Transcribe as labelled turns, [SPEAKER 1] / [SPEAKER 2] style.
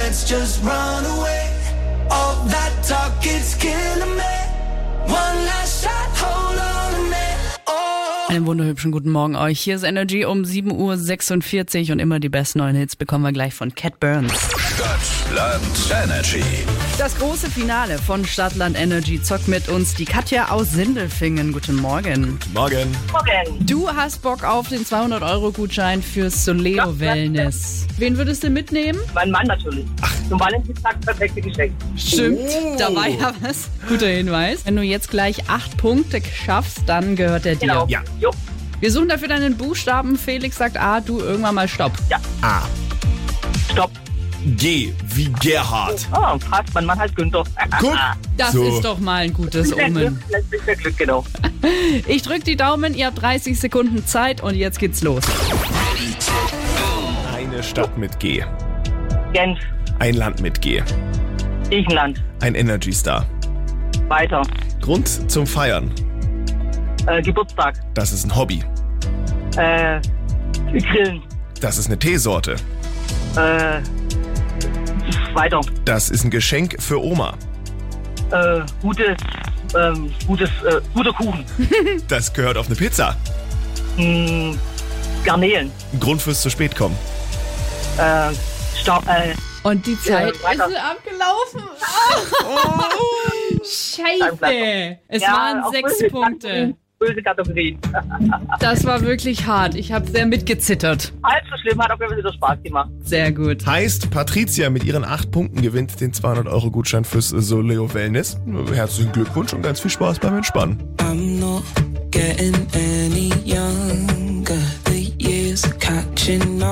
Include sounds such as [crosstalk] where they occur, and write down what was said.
[SPEAKER 1] let's just run away. All that talk, it's killing me. One last shot, hold on a minute. Oh.
[SPEAKER 2] Einen wunderhübschen guten Morgen euch. Hier ist Energy um 7.46 Uhr und immer die besten neuen Hits bekommen wir gleich von Cat Burns.
[SPEAKER 3] Stadtland Energy.
[SPEAKER 2] Das große Finale von Stadtland Energy zockt mit uns die Katja aus Sindelfingen. Guten Morgen.
[SPEAKER 3] Morgen.
[SPEAKER 4] Morgen.
[SPEAKER 2] Du hast Bock auf den 200-Euro-Gutschein fürs Soleo Wellness. Wen würdest du mitnehmen?
[SPEAKER 4] Mein Mann natürlich. Zum Valentinstag perfekte Geschenk.
[SPEAKER 2] Stimmt, da war ja was. Guter Hinweis. Wenn du jetzt gleich acht Punkte schaffst, dann gehört der dir.
[SPEAKER 4] Genau.
[SPEAKER 3] Ja.
[SPEAKER 4] Jo.
[SPEAKER 2] Wir suchen dafür deinen Buchstaben. Felix sagt A, du irgendwann mal Stopp.
[SPEAKER 3] A.
[SPEAKER 4] Stopp.
[SPEAKER 3] G wie Gerhard.
[SPEAKER 4] Oh, passt. Mein Mann heißt Günther.
[SPEAKER 3] Guck.
[SPEAKER 2] Das
[SPEAKER 3] So.
[SPEAKER 2] ist doch mal ein gutes Omen.
[SPEAKER 4] Vielleicht ist der Glück, genau.
[SPEAKER 2] Ich drück die Daumen, ihr habt 30 Sekunden Zeit und jetzt geht's los.
[SPEAKER 3] Eine Stadt mit G.
[SPEAKER 4] Genf,
[SPEAKER 3] Ein Land mit G.
[SPEAKER 4] Griechenland.
[SPEAKER 3] Ein Energy Star.
[SPEAKER 4] Weiter.
[SPEAKER 3] Grund zum Feiern.
[SPEAKER 4] Äh, Geburtstag.
[SPEAKER 3] Das ist ein Hobby.
[SPEAKER 4] Äh, Grillen.
[SPEAKER 3] Das ist eine Teesorte.
[SPEAKER 4] Äh, weiter.
[SPEAKER 3] Das ist ein Geschenk für Oma.
[SPEAKER 4] Äh, gutes, ähm, gutes, äh, guter Kuchen.
[SPEAKER 3] Das gehört auf eine Pizza.
[SPEAKER 4] Hm, Garnelen.
[SPEAKER 3] Ein Grund fürs zu spät kommen.
[SPEAKER 4] Äh, Staub, äh,
[SPEAKER 2] Und die Zeit
[SPEAKER 4] Ja, weiter. Oh.
[SPEAKER 2] ist abgelaufen. [laughs] Scheiße. Es
[SPEAKER 4] ja,
[SPEAKER 2] waren
[SPEAKER 4] auch
[SPEAKER 2] sechs
[SPEAKER 4] böse
[SPEAKER 2] Punkte.
[SPEAKER 4] Kategorien, [laughs] Böse Kategorien.
[SPEAKER 2] Das war wirklich hart. Ich habe sehr mitgezittert.
[SPEAKER 4] Halb so schlimm, hat auch wieder Spaß gemacht.
[SPEAKER 2] Sehr gut.
[SPEAKER 3] Heißt, Patricia mit ihren 8 Punkten gewinnt den 200-Euro-Gutschein fürs Soleo Wellness. Herzlichen Glückwunsch und ganz viel Spaß beim Entspannen.
[SPEAKER 5] I'm not getting any younger. The years are catching up.